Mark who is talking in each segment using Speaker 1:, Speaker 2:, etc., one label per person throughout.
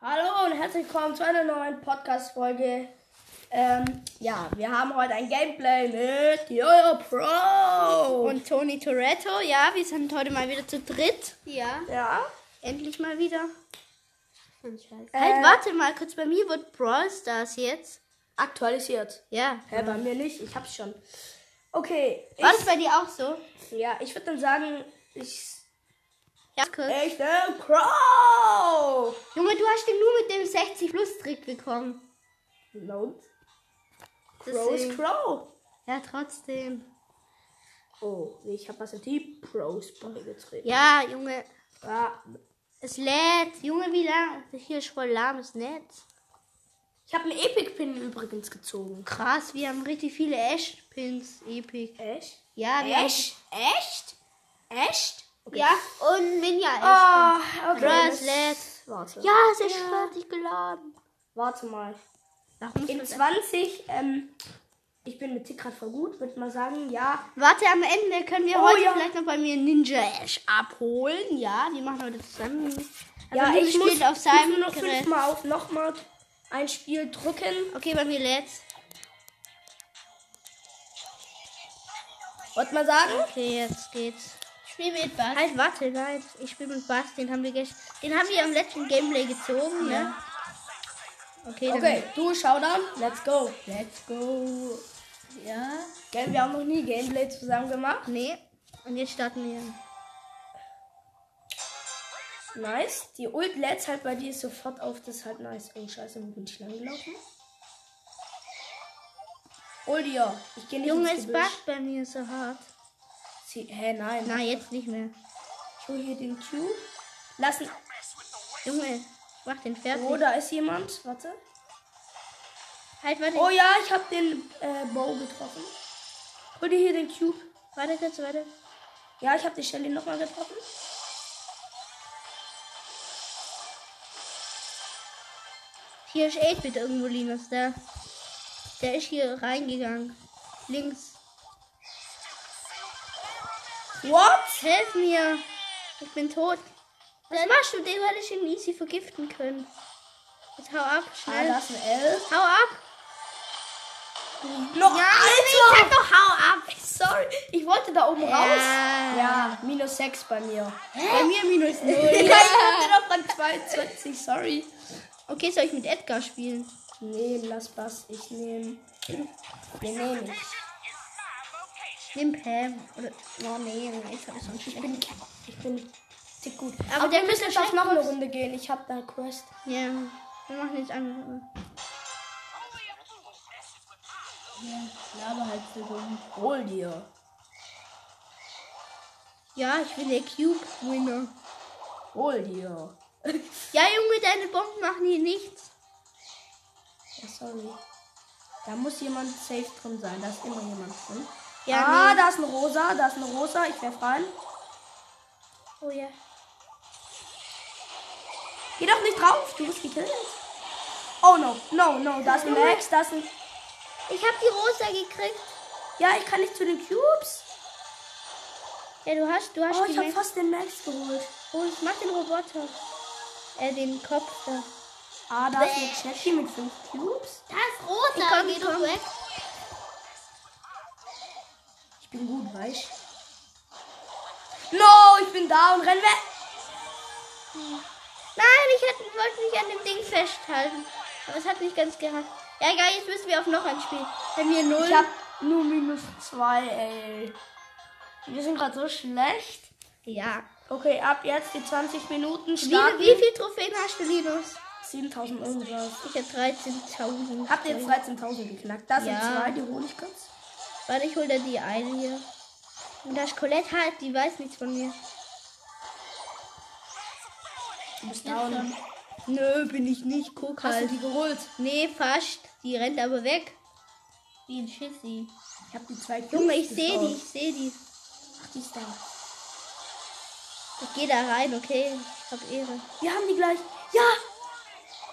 Speaker 1: Hallo und herzlich willkommen zu einer neuen Podcast-Folge. Ähm, ja, wir haben heute ein Gameplay mit Jojo Pro.
Speaker 2: Und Tony Toretto, ja, wir sind heute mal wieder zu dritt.
Speaker 3: Ja,
Speaker 1: ja,
Speaker 2: Endlich mal wieder.
Speaker 3: anscheinend.
Speaker 2: Halt, warte mal kurz, bei mir wird Brawl Stars jetzt.
Speaker 1: aktualisiert.
Speaker 2: Ja.
Speaker 1: Hä, bei mir nicht, ich hab's schon. Okay,
Speaker 2: War das bei dir auch so?
Speaker 1: ich, ja, ich würde dann sagen, ich,
Speaker 2: Ja, kurz.
Speaker 1: ich nehme Crow.
Speaker 2: Junge, du hast den nur mit dem 60 Plus Trick bekommen.
Speaker 1: Und? Crow ist
Speaker 2: Deswegen.
Speaker 1: Crow.
Speaker 2: Ja, trotzdem.
Speaker 1: Oh, nee, ich hab was in die Pros beigetreten.
Speaker 2: Ja, Junge,
Speaker 1: Ah,
Speaker 2: es lädt. Junge, wie lang? Hier ist voll lahmes Netz.
Speaker 1: ich hab einen Epic-Pin übrigens gezogen.
Speaker 2: Krass, wir haben richtig viele Ash-Pins. Epic.
Speaker 1: Echt?
Speaker 2: Ja, wir
Speaker 1: Echt? Echt? Echt?
Speaker 2: Haben, ja, und Ninja-Ash.
Speaker 1: Ah, okay.
Speaker 2: Brawl
Speaker 1: das-
Speaker 2: Stars.
Speaker 1: Warte.
Speaker 2: Ja, es ist fertig geladen.
Speaker 1: Warte mal.
Speaker 2: Warum
Speaker 1: In
Speaker 2: ist das-
Speaker 1: 20, ähm, ich bin mit Tick gerade voll gut, würde mal sagen, ja.
Speaker 2: Warte, am Ende können wir
Speaker 1: Oh,
Speaker 2: heute
Speaker 1: ja.
Speaker 2: vielleicht noch bei mir Ninja Ash abholen. Ja, die machen heute zusammen. Also
Speaker 1: ja,
Speaker 2: Ninja
Speaker 1: ich muss,
Speaker 2: spielt auf
Speaker 1: ich muss
Speaker 2: seinem
Speaker 1: nur noch
Speaker 2: Gerät.
Speaker 1: fünfmal auf nochmal ein Spiel drücken.
Speaker 2: Okay, bei mir lädt's.
Speaker 1: Wollt mal sagen?
Speaker 2: Okay, jetzt geht's. Ich spiele mit Basti. Halt, warte, nein. Ich spiele mit Basti. Den haben wir gest Den haben wir im letzten Gameplay gezogen, ne? Okay, dann
Speaker 1: Okay, du, Showdown, let's go.
Speaker 2: Let's go. Ja.
Speaker 1: Gell, wir haben noch nie Gameplay zusammen gemacht.
Speaker 2: Nee. Und jetzt starten wir.
Speaker 1: Nice. Die Ult lädt halt bei dir sofort auf, das ist halt nice. Oh, scheiße, wo bin ich lang gelaufen? Uldia, ich gehe nicht
Speaker 2: Junge,
Speaker 1: ins
Speaker 2: es
Speaker 1: Gebüsch.
Speaker 2: buggt bei mir so hart.
Speaker 1: Sie, hä, nein.
Speaker 2: Na, jetzt nicht mehr.
Speaker 1: Ich hole hier den Q. Lassen.
Speaker 2: Junge, ich mach den fertig.
Speaker 1: Oh, da ist jemand. Warte.
Speaker 2: Halt, warte.
Speaker 1: Oh ja, ich habe den äh, Bow getroffen. Hol dir hier den Cube.
Speaker 2: Warte kurz, warte.
Speaker 1: Ja, ich habe die Shelly nochmal getroffen.
Speaker 2: Hier ist 8-Bit irgendwo, Linus, da. Der ist hier reingegangen. Links.
Speaker 1: What?
Speaker 2: Helf mir! Ich bin tot. Was machst du? Den hätte ich ihn easy vergiften können. Jetzt hau ab,
Speaker 1: Ah,
Speaker 2: schnell.
Speaker 1: da ist ein L.
Speaker 2: Hau ab!
Speaker 1: Noch
Speaker 2: Ja, ich sag doch hau ab!
Speaker 1: Sorry, ich wollte da oben raus.
Speaker 2: Ja.
Speaker 1: Ja, minus 6 bei mir.
Speaker 2: Bei mir minus
Speaker 1: Ja, ich
Speaker 2: 0.
Speaker 1: hatte noch an 22, sorry.
Speaker 2: Okay, soll ich mit Edgar spielen?
Speaker 1: Nee, lass Bass, ich nehme. Nee, nee, nee.
Speaker 2: Nimm Pam. Oder, oh nee, ich hab so ein
Speaker 1: Ich bin, ich bin zick gut.
Speaker 2: Aber
Speaker 1: Aber,
Speaker 2: der
Speaker 1: wir müssen
Speaker 2: müsste
Speaker 1: jetzt auf
Speaker 2: schlecht
Speaker 1: noch eine Runde gehen. Ich hab da Quest.
Speaker 2: Ja, Ähm, wir machen jetzt einfach.
Speaker 1: Laber halt so dumm. Hol dir.
Speaker 2: Ja, ich bin der Cube-Winner.
Speaker 1: Hol dir.
Speaker 2: Ja, Junge, deine Bomben machen hier nichts.
Speaker 1: Ja, sorry. Da muss jemand safe drin sein. Da ist immer jemand drin.
Speaker 2: Ja,
Speaker 1: ah,
Speaker 2: nee.
Speaker 1: da ist ein Rosa. Da ist ein Rosa. Ich werf rein.
Speaker 2: Oh ja.
Speaker 1: Geh doch nicht drauf. Du bist gekillt. Oh no. No, no. Da ist ein
Speaker 2: Junge.
Speaker 1: Max. Da ist ein...
Speaker 2: Ich hab die Rosa gekriegt.
Speaker 1: Ja, ich kann nicht zu den Cubes.
Speaker 2: Ja, du hast, du hast
Speaker 1: Oh,
Speaker 2: die
Speaker 1: ich hab
Speaker 2: Max-
Speaker 1: fast den Max geholt.
Speaker 2: Oh, ich mach den Roboter. Äh, den Kopf da.
Speaker 1: Ah, da ist eine Chatty mit fünf Cubes.
Speaker 3: Da ist Rosa.
Speaker 2: komm,
Speaker 3: Geh doch
Speaker 2: komm.
Speaker 3: weg.
Speaker 1: Ich bin gut, weißt du? No, ich bin da und renn weg.
Speaker 2: Nein, ich hätte- wollte mich an dem Ding festhalten. Aber es hat nicht ganz gehabt. Ja, egal, jetzt müssen wir auf noch ein Spiel. Bei mir null.
Speaker 1: Ich hab nur minus zwei, ey. Wir sind gerade so schlecht.
Speaker 2: ja.
Speaker 1: Okay, ab jetzt die 20 Minuten
Speaker 2: Wie,
Speaker 1: starten.
Speaker 2: wie viel Trophäen hast du, Linus?
Speaker 1: 7000 irgendwas.
Speaker 2: Ich hab 13.000.
Speaker 1: Habt ihr jetzt 13.000 geknackt? Das
Speaker 2: Ja.
Speaker 1: sind zwei, die hole ich kurz.
Speaker 2: Warte, ich hol dir die eine hier. Und da ist Colette halt, die weiß nichts von mir.
Speaker 1: Du bist down.
Speaker 2: Nö, bin ich nicht. Guck
Speaker 1: Hast du
Speaker 2: halt.
Speaker 1: die geholt?
Speaker 2: Nee, fast. Die rennt aber weg. Wie ein Schissi.
Speaker 1: Ich hab die zwei
Speaker 2: Junge, ich
Speaker 1: Cubes
Speaker 2: sehe die,
Speaker 1: geklaut.
Speaker 2: ich sehe die.
Speaker 1: Ach, die ist da.
Speaker 2: Ich gehe da rein, okay? Ich hab Ehre.
Speaker 1: Wir haben die gleich. Ja!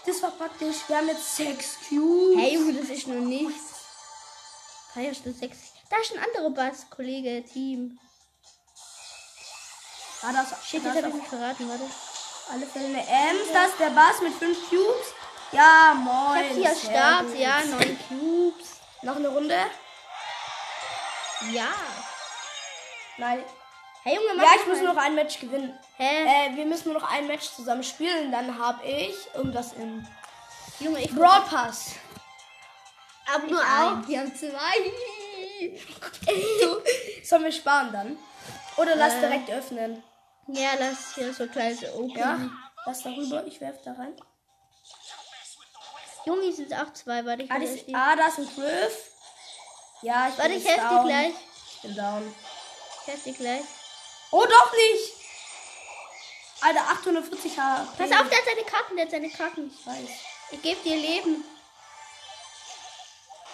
Speaker 1: Das war praktisch. Wir haben jetzt sechs Cubes.
Speaker 2: Hey Junge, das ist nur nichts. Feierst du sechs? Da ist ein anderer Bass, Kollege, Team.
Speaker 1: Ah, das,
Speaker 2: Shit,
Speaker 1: Ah, das
Speaker 2: das hab ich mich verraten, warte.
Speaker 1: Alle Fälle eine Ems. Das ist der Bass mit 5 Cubes. Ja,
Speaker 2: Ich
Speaker 1: moin.
Speaker 2: hab hier
Speaker 1: sehr
Speaker 2: Start,
Speaker 1: gut.
Speaker 2: ja, 9 Cubes.
Speaker 1: Noch eine Runde?
Speaker 2: Ja.
Speaker 1: Nein.
Speaker 2: Hey Junge, mach
Speaker 1: Ja, ich
Speaker 2: mal.
Speaker 1: muss nur noch ein Match gewinnen.
Speaker 2: Hä?
Speaker 1: Äh, wir müssen nur noch ein Match zusammen spielen. Dann habe ich irgendwas im
Speaker 2: Junge, ich
Speaker 1: Brawl Pass.
Speaker 2: ab nur auf. Wir haben zwei.
Speaker 1: Sollen wir sparen dann? Oder lass
Speaker 2: Äh.
Speaker 1: direkt öffnen.
Speaker 2: Ja, lass hier so ein kleines Open.
Speaker 1: Ja? Lass darüber. Ich werf da rein.
Speaker 2: Junge, hier sind auch zwei. Warte, ich
Speaker 1: Ah,
Speaker 2: muss
Speaker 1: das,
Speaker 2: erst die-
Speaker 1: ah, da ist ein Griff. Ja, ich
Speaker 2: Warte,
Speaker 1: bin
Speaker 2: ich
Speaker 1: jetzt
Speaker 2: helfe dir
Speaker 1: down.
Speaker 2: gleich.
Speaker 1: Ich bin down.
Speaker 2: Ich helfe dir gleich.
Speaker 1: Oh, doch nicht! Alter, 840 HP.
Speaker 2: Pass auf, der hat seine Karten, der hat seine Karten. Ich gebe dir Leben.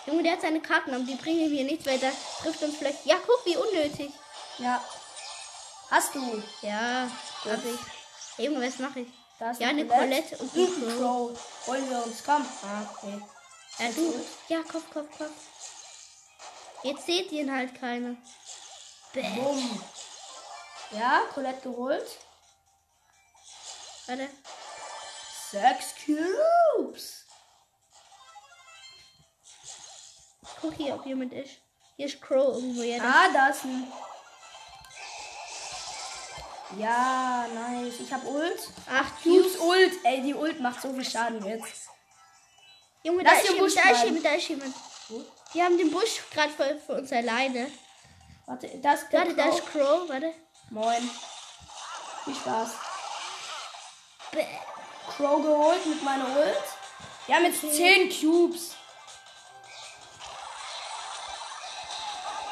Speaker 2: Junge, der hat seine Karten, aber die bringen mir nichts, weil das trifft uns vielleicht. Ja, guck, wie unnötig.
Speaker 1: Ja. Hast du?
Speaker 2: Ja, hab ich. Hey, Junge, was mache ich?
Speaker 1: Da ist
Speaker 2: Ja, eine Colette und ein
Speaker 1: ein
Speaker 2: Crow.
Speaker 1: Crow. Wollen wir uns kommen? Ah, okay.
Speaker 2: Ja, du. Ja, Kopf, Kopf, Kopf. Jetzt seht ihr ihn halt keine. Bäh.
Speaker 1: Bumm. Ja, Colette geholt.
Speaker 2: Warte.
Speaker 1: Sechs Cubes.
Speaker 2: Guck hier, ob jemand ist. Hier ist Crow irgendwo. Ja, da-
Speaker 1: Ah, da ist ein. Ja, nice. Ich hab Ult.
Speaker 2: Acht Cubes.
Speaker 1: Cubes Ult. Ey, die Ult macht so viel Schaden jetzt.
Speaker 2: Junge, da
Speaker 1: Lass
Speaker 2: ist
Speaker 1: den
Speaker 2: jemand,
Speaker 1: Busch
Speaker 2: da ist
Speaker 1: rein.
Speaker 2: jemand, da ist jemand.
Speaker 1: Wo?
Speaker 2: Wir haben den Busch gerade für, für uns alleine.
Speaker 1: Warte, das ist der
Speaker 2: Warte, da
Speaker 1: Crow.
Speaker 2: ist Crow. Warte.
Speaker 1: Moin. Viel Spaß.
Speaker 2: Bäh.
Speaker 1: Crow geholt mit meiner Ult. Wir haben jetzt 10 Cubes.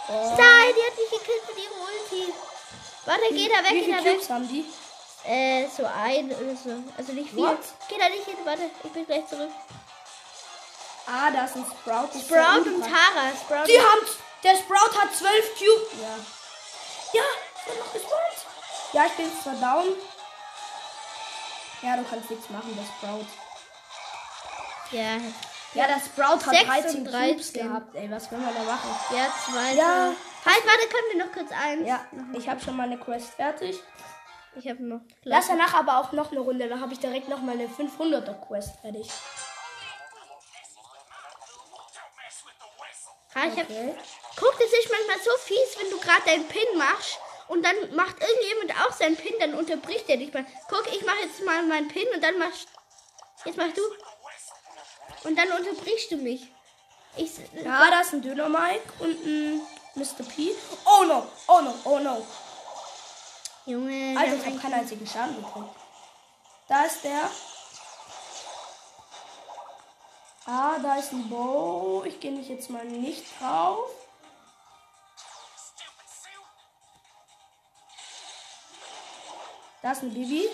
Speaker 1: Oh.
Speaker 2: Nein, die hat mich gekillt mit ihrem Ulti. Warte, geh da
Speaker 1: Wie
Speaker 2: weg, geh
Speaker 1: viele
Speaker 2: da weg.
Speaker 1: Cubes haben die?
Speaker 2: Äh, so ein oder so. Also nicht viel.
Speaker 1: What?
Speaker 2: Geh da nicht hin, warte, ich bin gleich zurück.
Speaker 1: Ah, da ist ein Sprout. Das ist
Speaker 2: Sprout
Speaker 1: der
Speaker 2: und
Speaker 1: Ultra.
Speaker 2: Tara. Sprout
Speaker 1: Die
Speaker 2: und-
Speaker 1: haben. Der Sprout hat 12 Cubes. Ja. Ja, ich bin noch gespawnt. Ja, ich bin zwar down. Ja, du kannst nichts machen, der Sprout.
Speaker 2: Ja,
Speaker 1: Ja, der Sprout hat 13,
Speaker 2: 13
Speaker 1: Cubes gehabt. Ey, was will man da machen?
Speaker 2: ja, zwei.
Speaker 1: Ja.
Speaker 2: zwei. Halt, warte, können wir noch kurz ein?
Speaker 1: Ja, ich habe schon meine Quest fertig.
Speaker 2: Ich habe noch.
Speaker 1: Lass danach aber auch noch eine Runde. Da habe ich direkt noch meine 500er Quest fertig.
Speaker 2: Ah, ich hab, Guck, das ist manchmal so fies, wenn du gerade deinen Pin machst und dann macht irgendjemand auch seinen Pin, dann unterbricht er dich mal. Guck, ich mache jetzt mal meinen Pin und dann machst jetzt machst du und dann unterbrichst du mich. Ich
Speaker 1: Ja, da ist ein Döner Mike und ein Mr. P. Oh no, oh no, oh no.
Speaker 2: Junge,
Speaker 1: Alter, Also, ich
Speaker 2: wir haben
Speaker 1: habe
Speaker 2: eigentlich-
Speaker 1: keinen einzigen Schaden bekommen. Da ist der. Ah, da ist ein Bo. Ich gehe mich jetzt mal nicht drauf. Da ist ein Bibi.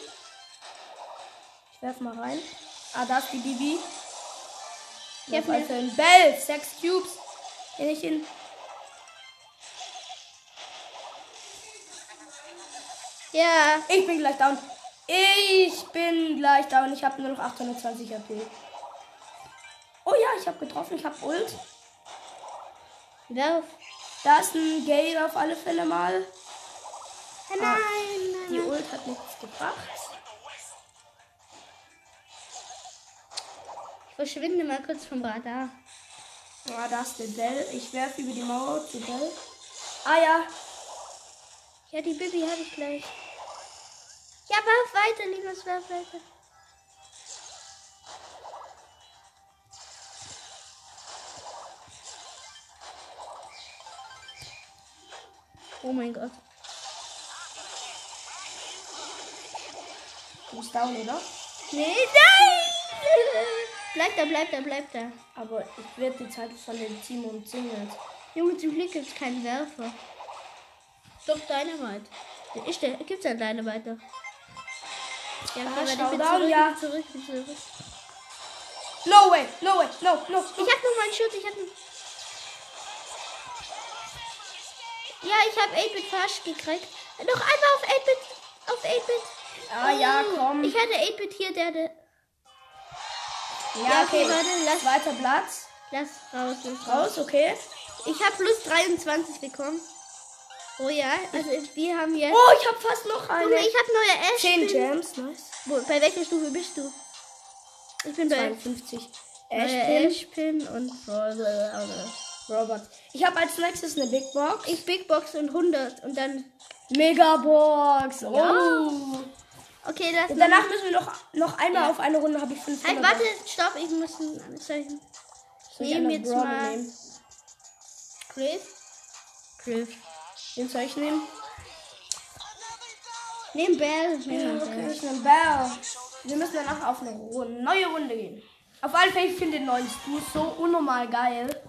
Speaker 1: Ich werf mal rein. Ah, da ist die Bibi. Ich
Speaker 2: hab
Speaker 1: habe
Speaker 2: mir-
Speaker 1: also einen Bell. Sechs Cubes. Geh nicht hin.
Speaker 2: ja,
Speaker 1: Ich bin gleich down. Ich bin gleich down. Ich habe nur noch 820 HP. Oh ja, ich habe getroffen. Ich habe Ult.
Speaker 2: lauf.
Speaker 1: Da ist ein Gale auf alle Fälle mal.
Speaker 2: Ah, nein,
Speaker 1: Die
Speaker 2: nein.
Speaker 1: Ult hat nichts gebracht.
Speaker 2: Ich verschwinde mal kurz vom Radar.
Speaker 1: Ah, da ist der Bell. Ich werfe über die Mauer zu Bell. Ah ja.
Speaker 2: Ja, die Bibi habe ich gleich. Ja, werf weiter, Linus, werf weiter. Oh mein Gott.
Speaker 1: Du bist down, oder?
Speaker 2: Nee, nein! Bleib da, bleib da, bleib da.
Speaker 1: Aber ich werde jetzt halt von dem Team umzingelt.
Speaker 2: Junge, zum Glück gibt's keinen Werfer. Doch, Dynamite. Der Ist der, gibt's einen Dynamite noch? Ja,
Speaker 1: Ah,
Speaker 2: okay, warte, ich bin
Speaker 1: Showdown,
Speaker 2: zurück,
Speaker 1: ja.
Speaker 2: ich bin zurück, ich bin zurück.
Speaker 1: No way, no way, no, no.
Speaker 2: Ich hab noch meinen Schuss, ich hab noch. Ja, ich hab 8-Bit fast gekriegt. Noch einmal auf 8-Bit. Auf 8-Bit.
Speaker 1: Ah ja,
Speaker 2: Oh,
Speaker 1: komm.
Speaker 2: Ich hatte 8-Bit hier, der hatte.
Speaker 1: Ja, okay.
Speaker 2: warte, lass,
Speaker 1: Zweiter Platz.
Speaker 2: lass raus, lass raus.
Speaker 1: Raus, okay.
Speaker 2: Ich hab plus 23 bekommen. Oh ja, also wir haben jetzt.
Speaker 1: Oh, ich hab fast noch
Speaker 2: Junge,
Speaker 1: eine.
Speaker 2: ich habe neue Ash.
Speaker 1: 10 Gems, nice.
Speaker 2: Wo, bei welcher Stufe bist du? Ich bin bei
Speaker 1: 52.
Speaker 2: neue
Speaker 1: Ashpin,
Speaker 2: Ashpin und
Speaker 1: Robert. Ich habe als nächstes eine Big Box.
Speaker 2: ich Big Box und 100 und dann
Speaker 1: Megabox. Oh.
Speaker 2: okay, lass
Speaker 1: Und
Speaker 2: noch-
Speaker 1: danach müssen wir noch, noch einmal
Speaker 2: Ja.
Speaker 1: auf eine Runde, habe ich
Speaker 2: Halt,
Speaker 1: 500.
Speaker 2: warte, stopp, ich muss ein anderes Zeichen. Ich
Speaker 1: Soll ich einen
Speaker 2: nehme jetzt
Speaker 1: Brawler
Speaker 2: mal
Speaker 1: nehmen?
Speaker 2: Griff. Griff.
Speaker 1: Den soll ich nehmen?
Speaker 2: Nimm Bell. Nimm
Speaker 1: Okay,
Speaker 2: Bell.
Speaker 1: ich nehme Bell. Wir müssen danach auf eine Ru- neue Runde gehen. Auf alle Fälle, ich finde den neuen Stu so unnormal geil.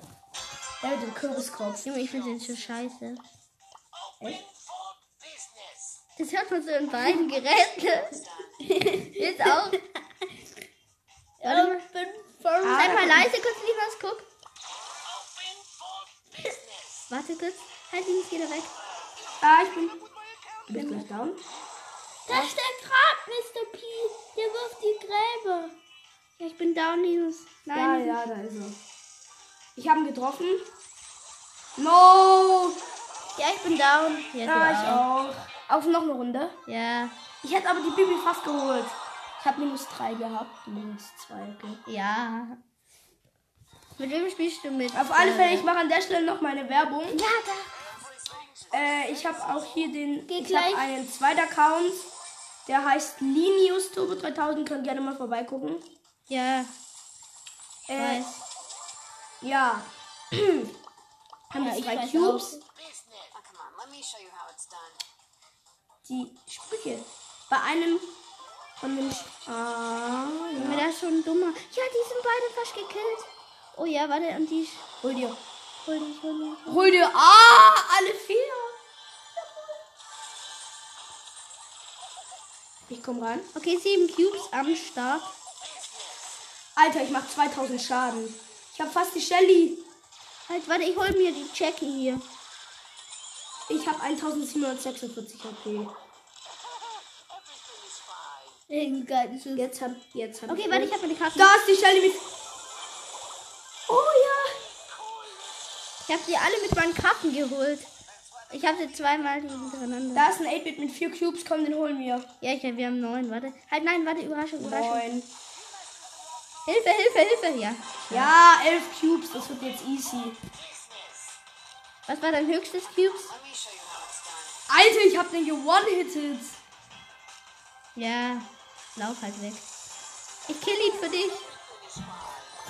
Speaker 1: Der mit dem Kürbiskopf.
Speaker 2: Junge, ich finde den so scheiße.
Speaker 1: Echt?
Speaker 2: Das hört man so in beiden Geräten. Jetzt auch. Warte mal. Sei mal leise, kurz lieber was guck. Warte kurz. Halt ihn nicht wieder weg.
Speaker 1: Ah, ich bin. Bin gleich down.
Speaker 2: Da ist der Grab, Mr. P. Der wirft die Gräber. Ja, ich bin down, Linus.
Speaker 1: Ja,
Speaker 2: Nein.
Speaker 1: ja, da ist er. Ich habe ihn getroffen. No!
Speaker 2: Ja, ich bin down. Ja,
Speaker 1: Ja, ich
Speaker 2: du auch.
Speaker 1: auch. Auf noch eine Runde.
Speaker 2: Ja.
Speaker 1: Ich hätte aber die Bibi fast geholt. Ich habe minus 3 gehabt. Minus 2, okay.
Speaker 2: Ja. Mit wem spielst du mit?
Speaker 1: Auf alle Fälle, ich mache an der Stelle noch meine Werbung.
Speaker 2: Ja, da.
Speaker 1: Äh, ich habe auch hier den.
Speaker 2: Geh
Speaker 1: ich habe
Speaker 2: gleich.
Speaker 1: einen zweiten Account. Der heißt Linius Turbo 3000. Könnt gerne mal vorbeigucken.
Speaker 2: Ja,
Speaker 1: Äh,
Speaker 2: weiß.
Speaker 1: ja. Haben jetzt
Speaker 2: ich
Speaker 1: drei
Speaker 2: weiß
Speaker 1: Cubes.
Speaker 4: Now, Oh, come on, let me show you how it's done.
Speaker 1: Die Sprüche. Bei einem. Von dem. Sch- Ah,
Speaker 2: Junge,
Speaker 1: ja.
Speaker 2: das ist schon dummer. Ja, die sind beide fast gekillt. Oh ja, warte, und die.
Speaker 1: Hol dir.
Speaker 2: Hol dich, hol dich.
Speaker 1: Hol dir. Ah, alle vier. Ich komm rein.
Speaker 2: Okay, sieben Cubes am Start.
Speaker 1: Alter, ich mach 2000 Schaden. Ich hab fast die Shelly.
Speaker 2: Halt, warte, ich hol mir die Jackie hier.
Speaker 1: Ich hab 1746 HP.
Speaker 2: Irgendein geilen Schuss.
Speaker 1: Jetzt hab, jetzt hab
Speaker 2: Okay, warte, ich hab meine Karte.
Speaker 1: Da ist die Shelly mit. Oh ja.
Speaker 2: Ich hab sie alle mit meinen Karten geholt. Ich hab sie zweimal hintereinander.
Speaker 1: Da ist ein 8-Bit mit 4 Cubes. Komm, den holen wir.
Speaker 2: Ja, ich wir haben neun, warte. Halt, nein, warte, Überraschung, Überraschung.
Speaker 1: Neun.
Speaker 2: Hilfe, Hilfe, Hilfe, ja.
Speaker 1: Ja, 11 Cubes. Das wird jetzt easy.
Speaker 2: Was war dein höchstes Cubes?
Speaker 4: Let me show you how it's done.
Speaker 1: Alter, ich hab den gewone-hitted.
Speaker 2: Ja, lauf halt weg. Ich kill ihn für dich.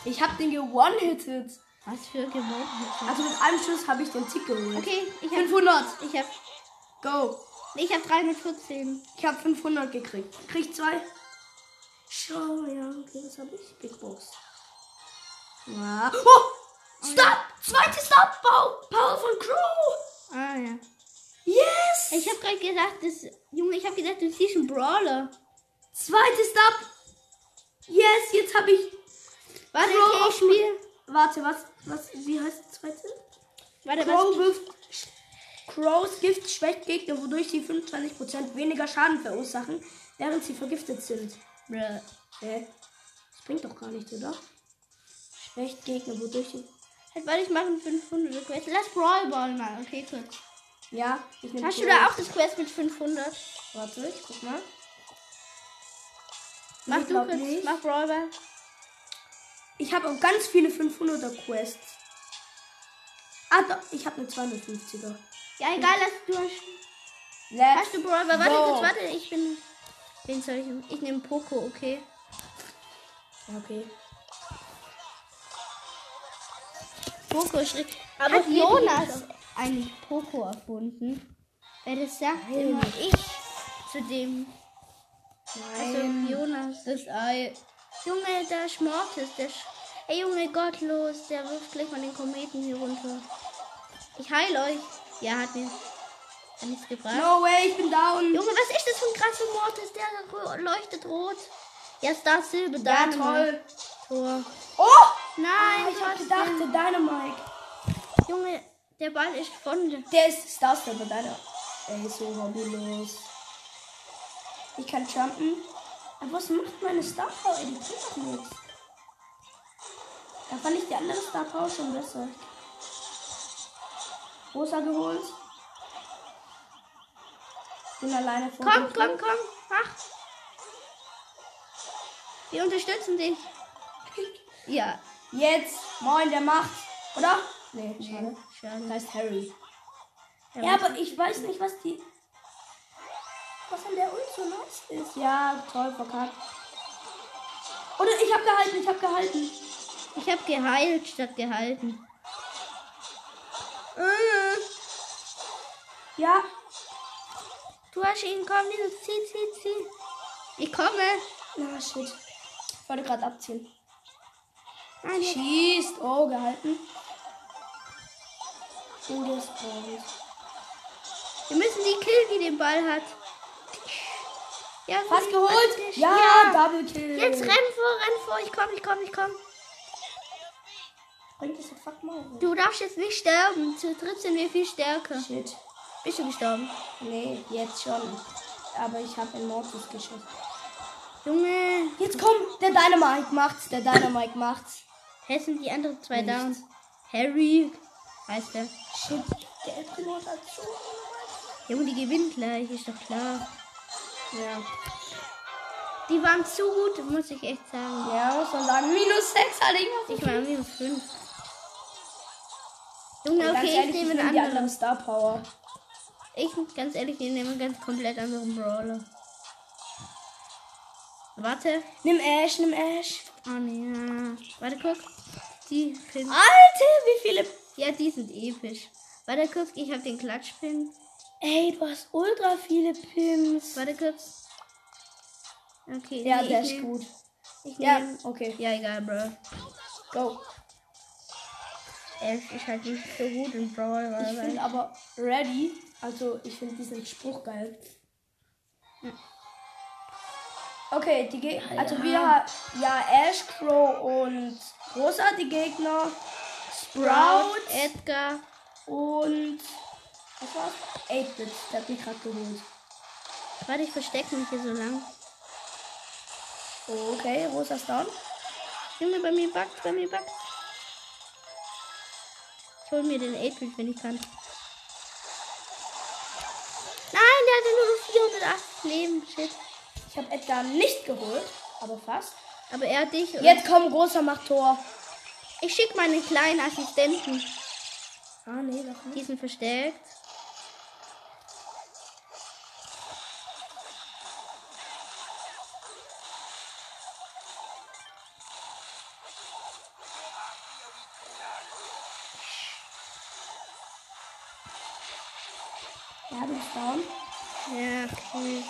Speaker 1: Ich hab den gewone-hitted.
Speaker 2: Was für gewonnen.
Speaker 1: Also mit einem Schuss habe ich den Tick geholt.
Speaker 2: Okay, ich hab,
Speaker 1: 500.
Speaker 2: ich hab,
Speaker 1: Go.
Speaker 2: ich hab 314.
Speaker 1: Ich habe 500 gekriegt. Krieg zwei. Schau, ja, okay, was habe ich? Big Box. Ja. Oh! Stop! Zweite Stop! Power, Power von Crow!
Speaker 2: Ah, ja.
Speaker 1: Yes!
Speaker 2: Ich hab grad gedacht, das, Junge, ich hab gedacht, du ziehst einen Brawler.
Speaker 1: Zweite Stop! Yes, jetzt habe ich.
Speaker 2: Warte,
Speaker 1: Crow
Speaker 2: okay, ich
Speaker 1: auf dem-
Speaker 2: spiel.
Speaker 1: Warte, was, was, wie heißt die zweite?
Speaker 2: Warte,
Speaker 1: Crow
Speaker 2: was?
Speaker 1: wirft. Crows Gift schwächt Gegner, wodurch sie 25% weniger Schaden verursachen, während sie vergiftet sind.
Speaker 2: Bruh.
Speaker 1: Hä? Das bringt doch gar nichts, oder? Schwächt Gegner, wodurch sie.
Speaker 2: Halt, warte, ich mache einen 500er Quest. Lass Brawl Ball mal, okay, kurz.
Speaker 1: Ja, ich nehme
Speaker 2: Hast du da auch das Quest mit 500?
Speaker 1: Warte, ich guck mal.
Speaker 2: Mach
Speaker 1: Ich
Speaker 2: du
Speaker 1: glaub
Speaker 2: kurz,
Speaker 1: nicht.
Speaker 2: mach Brawl Ball.
Speaker 1: Ich habe auch ganz viele 500er Quests. Ah, doch, ich habe eine 250er.
Speaker 2: Ja, egal, lass du hast.
Speaker 1: Let's
Speaker 2: Hast du Brawl Ball? Warte
Speaker 1: go.
Speaker 2: kurz, warte, ich bin. Wen soll ich nehmen? Ich nehme Poco, okay.
Speaker 1: Ja, Okay.
Speaker 2: Poco schrieb.
Speaker 1: Aber
Speaker 2: hat
Speaker 1: hier
Speaker 2: Jonas eigentlich Poco erfunden? Weil das sagt immer ich zu dem. Also Jonas das Ei. Junge, da ist Mortis, der sch Ey Junge, gottlos, der wirft gleich mal den Kometen hier runter. Ich heile euch. Ja, hat mir hat nichts gebracht.
Speaker 1: No way, ich bin down.
Speaker 2: Junge, was ist das für ein krasser Mortis? Der rö- leuchtet rot. Ja, Star Silber,
Speaker 1: Ja,
Speaker 2: Dynamite.
Speaker 1: toll.
Speaker 2: Tor.
Speaker 1: Oh!
Speaker 2: Nein,
Speaker 1: Ich hab
Speaker 2: trotzdem.
Speaker 1: gedacht, der Dynamite.
Speaker 2: Junge, der Ball ist von.
Speaker 1: Der ist Starster, aber deiner. Ey, so hobbylos. Ich kann jumpen. Aber was macht meine Star Power? Ey, die tut doch nichts. Da fand ich die andere Star Power schon besser. Rosa geholt. bin alleine vor.
Speaker 2: Komm, komm, komm. Mach. Wir unterstützen dich. Ja.
Speaker 1: Jetzt. Moin, der macht. Oder? Nee, schade.
Speaker 2: Schade.
Speaker 1: Da ist Harry.
Speaker 2: Ja,
Speaker 1: Ja, aber ich weiß nicht, was die. Was an der Ult so nice ist. Ja, toll, verkackt. Oder ich hab gehalten, ich hab gehalten.
Speaker 2: Ich habe geheilt statt gehalten.
Speaker 1: Ah. Ja,
Speaker 2: Du hast ihn, komm, dieses zieh, zieh, zieh. Ich komme.
Speaker 1: na shit. Ich wollte gerade abziehen.
Speaker 2: Nein, jetzt-
Speaker 1: Schießt. Oh, gehalten. Oh, der ist groß.
Speaker 2: wir müssen die killen, die den Ball hat. Ja,
Speaker 1: Fast
Speaker 2: gut.
Speaker 1: geholt. Ja, Double Kill.
Speaker 2: Jetzt renn vor, renn vor. Ich komm, ich komm, ich komm.
Speaker 1: Bringt das fuck mal.
Speaker 2: Du darfst jetzt nicht sterben. Zu dritt sind wir viel stärker.
Speaker 1: Shit.
Speaker 2: Bist du gestorben?
Speaker 1: Nee, jetzt schon. Aber ich habe in Mortis geschossen.
Speaker 2: Junge.
Speaker 1: Jetzt komm, der Dynamite macht's, der Dynamite macht's.
Speaker 2: Hä, sind die anderen zwei down? Harry heißt er.
Speaker 1: Shit, der Elfenor hat so.
Speaker 2: Junge, die gewinnen gleich, ist doch klar.
Speaker 1: Ja.
Speaker 2: Die waren zu gut, muss ich echt sagen.
Speaker 1: Ja, muss man sagen, minus 6 hatte ich noch.
Speaker 2: Ich war minus 5. Junge,
Speaker 1: Ganz
Speaker 2: okay,
Speaker 1: ehrlich,
Speaker 2: ich nehme
Speaker 1: ich
Speaker 2: einen
Speaker 1: nehm die
Speaker 2: anderen.
Speaker 1: anderen Star Power.
Speaker 2: Ich, ganz ehrlich, ich nehme einen ganz komplett anderen Brawler. Warte.
Speaker 1: Nimm Ash, nimm Ash.
Speaker 2: Oh nee. ja. Warte, guck. Die Pin.
Speaker 1: Alter, wie viele.
Speaker 2: Ja, die sind episch. Warte, guck, ich habe den Klatschpin.
Speaker 1: Ey, du hast ultra viele Pins.
Speaker 2: Warte kurz. Okay.
Speaker 1: Ja,
Speaker 2: nee,
Speaker 1: der
Speaker 2: ich
Speaker 1: ist
Speaker 2: nehm-
Speaker 1: gut.
Speaker 2: Ich
Speaker 1: Ja,
Speaker 2: nehm,
Speaker 1: okay.
Speaker 2: ja, egal, Bro.
Speaker 1: Go.
Speaker 2: Er ist halt nicht so gut in Brawl.
Speaker 1: Ich
Speaker 2: weil-
Speaker 1: finde aber ready, also ich finde diesen Spruch geil. Okay, die Geg also wir ja Ash Crow und Rosa die Gegner,
Speaker 2: Sprout,
Speaker 1: Sprout
Speaker 2: Edgar.
Speaker 1: und was war's? 8 Bit, der hat mich gerade geholt.
Speaker 2: Warte, ich verstecke mich hier so lang.
Speaker 1: Okay, Rosa ist down.
Speaker 2: Junge, bei mir backt, bei mir backt. Ich hol mir den 8 wenn ich kann. Nein, der hatte nur 408 Leben. Shit.
Speaker 1: Ich habe Edgar nicht geholt, aber fast.
Speaker 2: Aber er hat dich. und-
Speaker 1: Jetzt komm, Rosa macht Tor.
Speaker 2: Ich schicke meinen kleinen Assistenten.
Speaker 1: Ah nee, noch nicht.
Speaker 2: Die sind versteckt.
Speaker 1: Ja, du bist down.
Speaker 2: Ja, okay.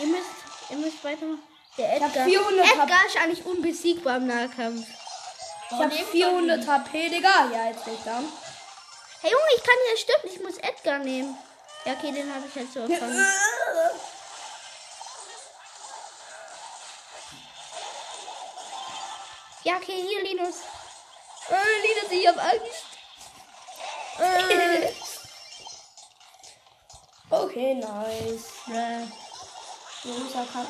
Speaker 2: Ihr müsst, ihr müsst weitermachen. Der
Speaker 1: Ich hab
Speaker 2: Edgar.
Speaker 1: 400 hab-
Speaker 2: Edgar ist eigentlich unbesiegbar im Nahkampf.
Speaker 1: Ich habe 400 HP, Digga. Ja, jetzt bin ich down.
Speaker 2: Hey Junge, ich kann hier stirbt. Ich muss Edgar nehmen. Ja, okay, den habe ich halt so erfangen. Ja, okay, hier, Linus. Äh, Linus, ich hab Angst. Äh,
Speaker 1: Okay, nice.
Speaker 2: bruh.
Speaker 1: Rosa kann.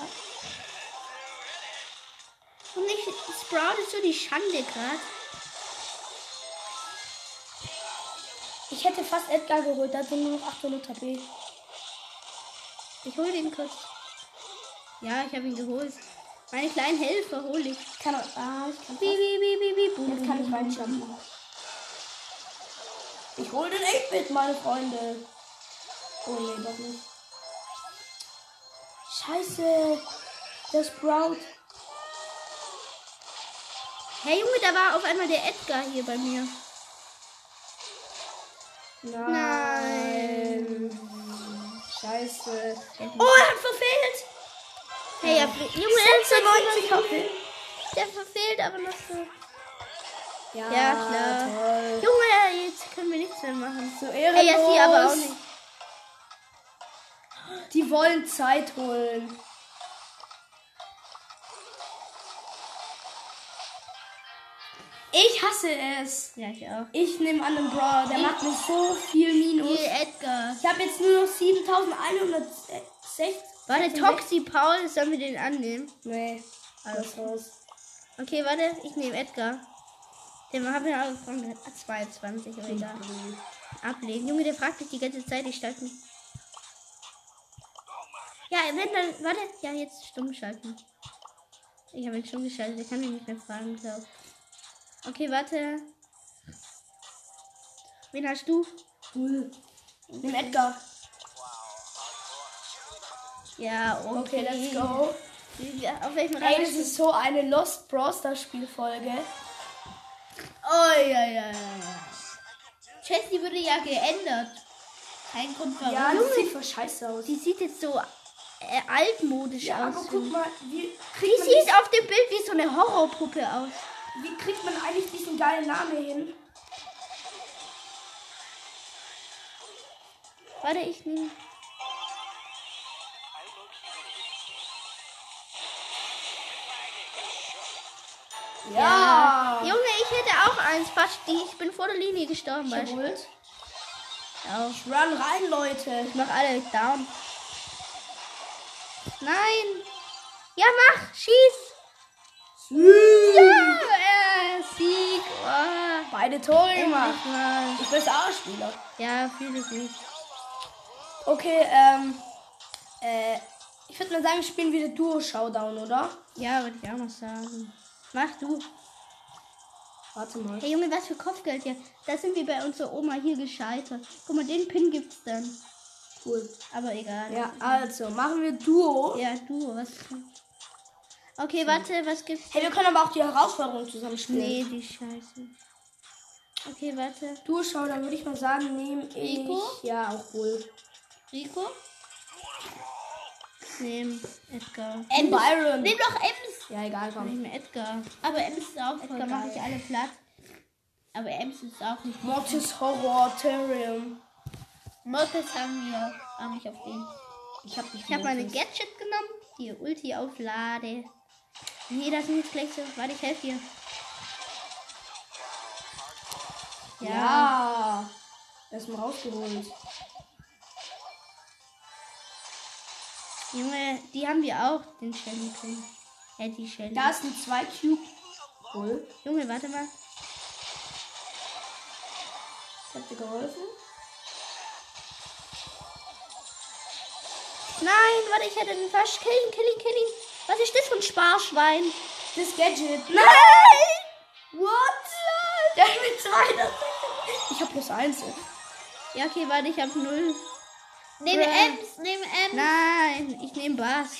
Speaker 2: Und nicht Sprout ist so die Schande gerade.
Speaker 1: Ich hätte fast Edgar geholt, da sind nur noch 800 HP.
Speaker 2: Ich hole den kurz. Ja, ich habe ihn geholt. Meine kleinen Helfer hole ich.
Speaker 1: Ich kann auch. Ah, ich kann.
Speaker 2: Bi,
Speaker 1: Fast.
Speaker 2: bi, bi, bi, bi, bu,
Speaker 1: Jetzt
Speaker 2: bu,
Speaker 1: kann
Speaker 2: bu,
Speaker 1: ich
Speaker 2: bu.
Speaker 1: reinjumpen. Ich hole den echt mit, meine Freunde. Oh nee, doch nicht. Scheiße. Der Sprout.
Speaker 2: Hey Junge, da war auf einmal der Edgar hier bei mir.
Speaker 1: Nein. Scheiße.
Speaker 2: Edgar.
Speaker 1: Oh, er hat verfehlt.
Speaker 2: Hey, ja, Junge, er ist so
Speaker 1: 96 HP.
Speaker 2: Der verfehlt aber noch so.
Speaker 1: Ja,
Speaker 2: klar.
Speaker 1: Toll.
Speaker 2: Junge, jetzt können wir nichts mehr machen.
Speaker 1: So
Speaker 2: Hey,
Speaker 1: ehrenlos.
Speaker 2: ja, sie aber auch nicht.
Speaker 1: Die wollen Zeit holen. Ich hasse es.
Speaker 2: Ja, ich auch.
Speaker 1: Ich nehme an den Brawler, der macht mir so viel Minus.
Speaker 2: Hier, Edgar.
Speaker 1: Ich habe jetzt nur noch 7160.
Speaker 2: Warte, Toxi Paul, sollen wir den annehmen?
Speaker 1: Nee, alles raus.
Speaker 2: Okay, warte, ich nehme Edgar. Den haben wir auch von 22, aber egal. Ablehnen. Junge, der fragt mich die ganze Zeit, ich steig nicht. Ja, wenn dann. Warte, ja, jetzt stumm schalten. Ich habe ihn stumm geschaltet, ich kann ihn nicht mehr fragen, glaub. Okay, warte. Wen hast du?
Speaker 5: Cool. Nimm Edgar.
Speaker 2: Ja, okay.
Speaker 1: Okay, let's go.
Speaker 2: Ja, Auf welchem Rang?
Speaker 1: Ey, das ist so eine Lost Brawl Stars Spielfolge.
Speaker 2: Oh ja, ja, ja. Chelsea wurde ja geändert. Kein Grund warum.
Speaker 1: Ja, das sieht voll scheiße aus.
Speaker 2: Die sieht jetzt so äh, altmodisch
Speaker 1: Ja, aber
Speaker 2: aus.
Speaker 1: guck mal, wie
Speaker 2: Die
Speaker 1: kriegt, man
Speaker 2: sieht auf dem Bild wie so eine Horrorpuppe aus.
Speaker 1: dies- wie kriegt man eigentlich diesen geilen Namen hin?
Speaker 2: Warte, ich nehme.
Speaker 1: Ja.
Speaker 2: Junge, ich hätte auch eins fast. Die, ich bin vor der Linie gestorben. weißt du?
Speaker 1: Jawohl.
Speaker 2: Ja.
Speaker 1: Run rein, Leute.
Speaker 2: Ich mach alle down. Nein. Ja, mach. Schieß. Ja, äh, Sieg. Oh,
Speaker 1: Beide Tore
Speaker 2: endlich
Speaker 1: gemacht.
Speaker 2: mal.
Speaker 1: Ich bin A-Spieler.
Speaker 2: Ja, fühle ich nicht.
Speaker 1: Okay, ähm, äh, ich würde mal sagen, wir spielen wieder Duo-Showdown, oder?
Speaker 2: Ja, würde ich auch noch sagen. Mach du.
Speaker 1: Warte mal.
Speaker 2: Hey Junge, was für Kopfgeld hier. Da sind wir bei unserer Oma hier gescheitert. Guck mal, den Pin gibt's dann.
Speaker 1: Cool.
Speaker 2: Aber egal.
Speaker 1: Ja, also, machen wir Duo.
Speaker 2: Ja, du, was. Okay, warte, was gibt's?
Speaker 1: Hey, wir können aber auch die Herausforderung zusammen
Speaker 2: Nee,
Speaker 1: spielen.
Speaker 2: die Scheiße. Okay, warte.
Speaker 1: Duo-Showdown würde ich mal sagen, nehme ich.
Speaker 2: Rico?
Speaker 1: Ja, auch wohl.
Speaker 2: Rico? Nehm Edgar.
Speaker 1: Und Byron.
Speaker 2: Nimm doch Ems!
Speaker 1: Ja, egal, komm.
Speaker 2: Nehm Edgar. Aber Ems ist auch voll Edgar mache ich alle platt. Aber Ems ist auch nicht gut.
Speaker 1: Mortis Horror Terrium.
Speaker 2: Mortis haben wir auch nicht auf den.
Speaker 1: Ich hab nicht
Speaker 2: Ich habe meine
Speaker 1: Mortis.
Speaker 2: Gadget genommen, die Ulti auflade. Nee, das sind jetzt gleich so. Warte, ich helfe dir. Ja.
Speaker 1: Ja. Erstmal rausgeholt.
Speaker 2: Junge, die haben wir auch, den Shelly drin. Äh, die Shelly.
Speaker 1: Da ist ein 2 Cube. Cool.
Speaker 2: Junge, warte mal.
Speaker 1: Ich hab dir geholfen.
Speaker 2: Nein, warte, ich hätte den fast. Kill ihn, kill ihn, kill ihn. Was ist das für ein Sparschwein?
Speaker 1: Das Gadget.
Speaker 2: Nein! What?
Speaker 1: Der hat mit zwei. das- Ich hab plus eins.
Speaker 2: Ja, okay, warte, ich hab null.
Speaker 6: Nehme Ems, nehme Ems.
Speaker 2: Nein, ich nehme Bass.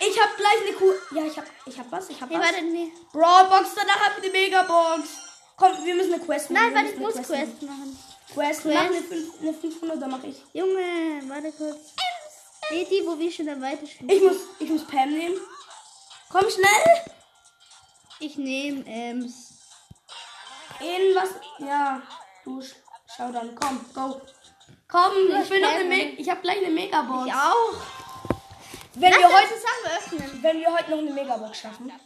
Speaker 1: Ich hab gleich eine Kuh. Ja, ich hab, ich hab was. Ich hab
Speaker 2: Nee,
Speaker 1: was.
Speaker 2: warte, nee.
Speaker 1: Brawlbox, danach hab ich eine Megabox. Komm, wir müssen eine Quest machen.
Speaker 2: Nein,
Speaker 1: wir
Speaker 2: warte, ich
Speaker 1: müssen eine
Speaker 2: muss Quest machen.
Speaker 1: machen. Quest,
Speaker 2: Quest.
Speaker 1: Mach eine, fünf- eine 500, da mach ich.
Speaker 2: Junge, warte kurz. Nee, die, wo wir schon am weitesten
Speaker 1: Ich muss, ich muss Pam nehmen. Komm schnell.
Speaker 2: Ich nehme Ems.
Speaker 1: In was? Ja, du sch- schau dann. Komm, go. Komm, ich will noch eine Me Ich hab gleich eine Megabox.
Speaker 2: auch.
Speaker 1: Wenn
Speaker 2: Lass
Speaker 1: wir
Speaker 2: uns
Speaker 1: heute,
Speaker 2: zusammen öffnen.
Speaker 1: wenn wir heute noch eine Megabox schaffen.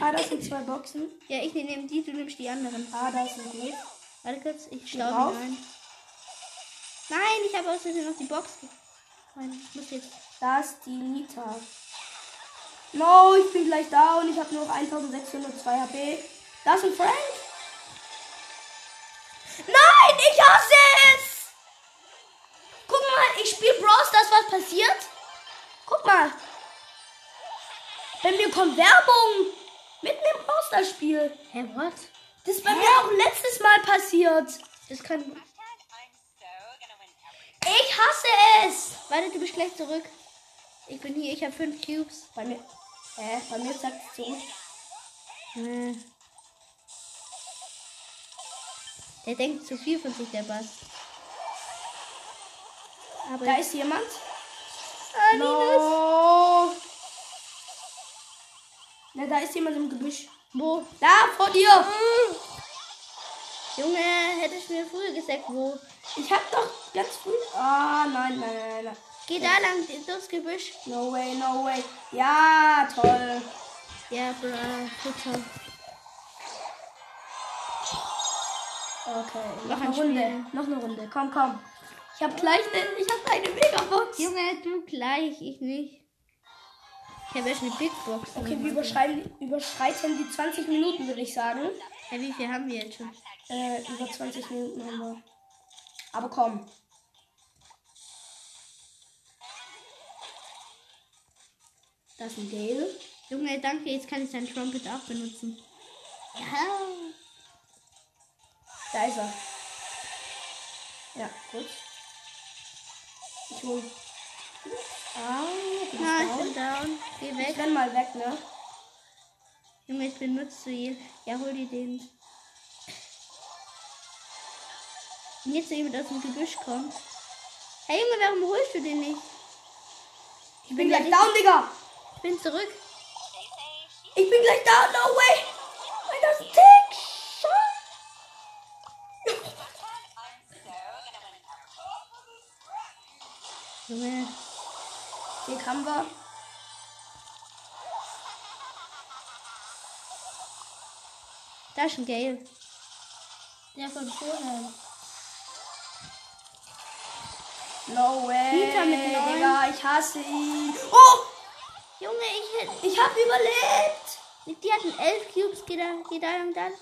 Speaker 1: Ah, das sind zwei Boxen.
Speaker 2: Ja, ich nehme die, du nimmst die anderen.
Speaker 1: Ah, da ist ein Glück.
Speaker 2: Warte kurz, ich
Speaker 1: Drauf.
Speaker 2: staube ein. Nein, ich habe aus Versehen auf die Box. ge- Nein, ich muss jetzt.
Speaker 1: Da ist die Nita. No, ich bin gleich da und ich habe nur noch 1602 HP. Da ist ein Frank. Nein, ich hasse es! Guck mal, ich spiele Brawl Stars, was passiert? Guck mal. Bei mir kommt Werbung. Mitten im Brawl Stars Spiel.
Speaker 2: Hä, what?
Speaker 1: Das ist bei mir auch letztes Mal passiert.
Speaker 2: Das kann.
Speaker 1: Ich hasse es.
Speaker 2: Warte, du bist gleich zurück. Ich bin hier, ich habe fünf Cubes.
Speaker 1: Bei mir, äh, bei mir sagt es so.
Speaker 2: Nee. Der denkt zu viel von sich, der Bass. Aber
Speaker 1: Da ist jemand.
Speaker 2: Ah, Linus.
Speaker 1: No. Na, da ist jemand im Gebüsch.
Speaker 2: Wo?
Speaker 1: Da, vor dir.
Speaker 2: Junge, hättest du mir früher gesagt, wo?
Speaker 1: Ich hab doch ganz früh. Ah, nein, nein, nein, nein.
Speaker 2: Geh da lang durchs Gebüsch.
Speaker 1: No way, no way. Ja, toll.
Speaker 2: Ja, bra, bitte.
Speaker 1: Okay, noch,
Speaker 2: Noch ein
Speaker 1: eine Runde.
Speaker 2: Spiel.
Speaker 1: Noch eine Runde. Komm, komm. Ich hab gleich eine, ich hab gleich eine Megabox.
Speaker 2: Junge, du gleich, ich nicht. Ja, welche Big Box?
Speaker 1: Okay, wir überschreiten, überschreiten die 20 Minuten, würde ich sagen.
Speaker 2: Hä, wie viel haben wir jetzt schon?
Speaker 1: Äh, über 20 Minuten haben wir. Aber komm. Das ist ein Gale.
Speaker 2: Junge, danke, jetzt kann ich dein Trumpet auch benutzen.
Speaker 1: Da ist er. Ja, gut. Ich hol. Ah, du bist
Speaker 2: Ah, ich
Speaker 1: down.
Speaker 2: bin down. Geh
Speaker 1: Ich
Speaker 2: weg.
Speaker 1: renn mal weg, ne?
Speaker 2: Junge, ich benutze ihn. Ja, hol dir den. Wenn jetzt jemand aus dem Gebüsch kommt. Hey Junge, warum holst du den nicht?
Speaker 1: Ich bin gleich down, Digga!
Speaker 2: Ich bin zurück.
Speaker 1: Ich bin gleich down, no way! Weil das Tick! Schau!
Speaker 2: Junge.
Speaker 1: Den haben wir.
Speaker 2: Da ist ein Gale.
Speaker 7: Der von vorher.
Speaker 1: No way!
Speaker 2: Peter mit neun.
Speaker 1: Digga, ich hasse ihn! Oh!
Speaker 2: Junge, ich hätte.
Speaker 1: Ich hab überlebt!
Speaker 2: Die hatten elf Cubes, geh da, geh da lang dann.